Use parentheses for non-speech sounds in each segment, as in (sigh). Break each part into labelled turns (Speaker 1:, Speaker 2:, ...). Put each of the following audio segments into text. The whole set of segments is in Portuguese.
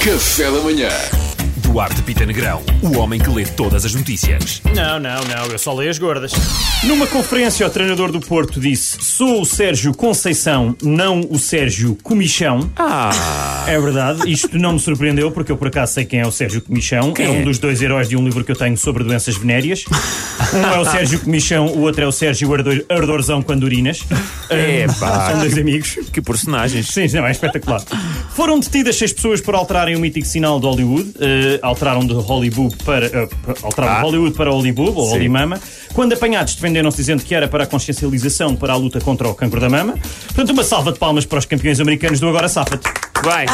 Speaker 1: Café da Manhã.
Speaker 2: Duarte Pita Negrão, o homem que lê todas as notícias.
Speaker 3: Não, não, não, eu só leio as gordas. Numa conferência, o treinador do Porto disse: Sou o Sérgio Conceição, não o Sérgio Comichão.
Speaker 2: Ah,
Speaker 3: É verdade, isto não me surpreendeu, porque eu por acaso sei quem é o Sérgio Comichão.
Speaker 2: Quem
Speaker 3: é um
Speaker 2: é?
Speaker 3: dos dois heróis de um livro que eu tenho sobre doenças venéreas. Um é o Sérgio Comichão, o outro é o Sérgio Ardor- Ardorzão Quandurinas.
Speaker 2: Epá. (laughs)
Speaker 3: São dois amigos.
Speaker 2: que personagens.
Speaker 3: Sim, não, é espetacular. Foram detidas seis pessoas por alterarem o mítico sinal de Hollywood. eh, alteraram de Hollywood para. eh, alteraram
Speaker 2: Ah.
Speaker 3: Hollywood para Hollywood ou
Speaker 2: Sim.
Speaker 3: Hollimama. Quando apanhados, defenderam-se dizendo que era para a consciencialização para a luta contra o cancro da mama. Portanto, uma salva de palmas para os campeões americanos do Agora Safa-te.
Speaker 2: Vai,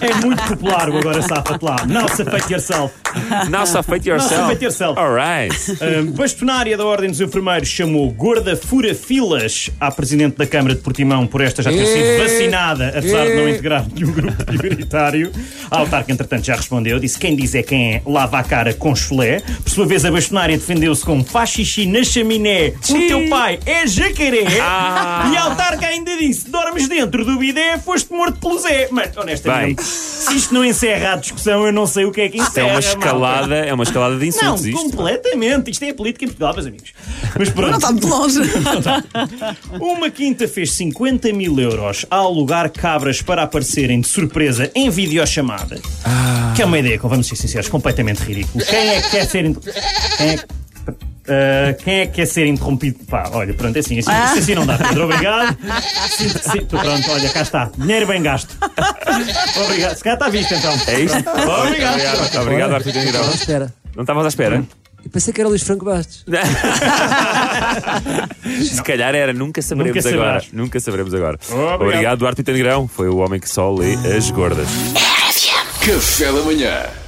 Speaker 3: É muito popular o Agora Safa-te lá. Não se afeite yourself.
Speaker 2: vai. Now suffocate yourself.
Speaker 3: suffocate
Speaker 2: (laughs)
Speaker 3: yourself.
Speaker 2: Alright.
Speaker 3: Um, bastonária da Ordem dos Enfermeiros chamou gorda fura filas à Presidente da Câmara de Portimão por esta já ter sido vacinada, apesar de não integrar
Speaker 2: (laughs)
Speaker 3: nenhum grupo prioritário. A autarca, entretanto, já respondeu. Disse quem diz é quem é, lava a cara com chulé. Por sua vez, a bastonária defendeu-se com faz xixi na chaminé, o teu pai é jacaré.
Speaker 2: Ah.
Speaker 3: E a autarca ainda disse, dormes dentro do bidé, foste morto pelo Zé. Mas, honestamente,
Speaker 2: Bem.
Speaker 3: se isto não encerra a discussão, eu não sei o que é que
Speaker 2: É
Speaker 3: encerra.
Speaker 2: uma
Speaker 3: malta.
Speaker 2: escalada, é uma escalada de
Speaker 3: Não,
Speaker 2: insultos isto.
Speaker 3: completamente. Isto é política em Portugal, meus amigos. Mas
Speaker 4: Não
Speaker 3: pronto.
Speaker 4: está muito longe.
Speaker 3: Uma quinta fez 50 mil euros a alugar cabras para aparecerem de surpresa em videochamada.
Speaker 4: Ah.
Speaker 3: Que é uma ideia, vamos ser sinceros, completamente ridícula. Quem é que quer ser. inter- Quem é que... Ah, quem é que quer ser interrompido? Pá, olha, pronto, é assim, assim,
Speaker 4: Ah.
Speaker 3: isto assim não dá, Pedro, obrigado. Sim, sim, tu, pronto, olha, cá está, dinheiro bem
Speaker 4: (laughs)
Speaker 3: gasto. obrigado, se calhar está visto então.
Speaker 2: É (laughs) isto?
Speaker 3: Obrigado.
Speaker 2: Obrigado, obrigado Duarte Pita Negrão.
Speaker 4: Não, espera.
Speaker 2: Não estavas à espera?
Speaker 4: Eu pensei que era Luís Franco Bastos.
Speaker 2: (laughs) Se calhar era, nunca saberemos
Speaker 3: Nunca
Speaker 2: agora.
Speaker 3: saberás.
Speaker 2: Nunca saberemos agora.
Speaker 3: Obrigado.
Speaker 2: Duarte Pita Negrão. Foi o homem que só lê as gordas.
Speaker 1: Café da Manhã.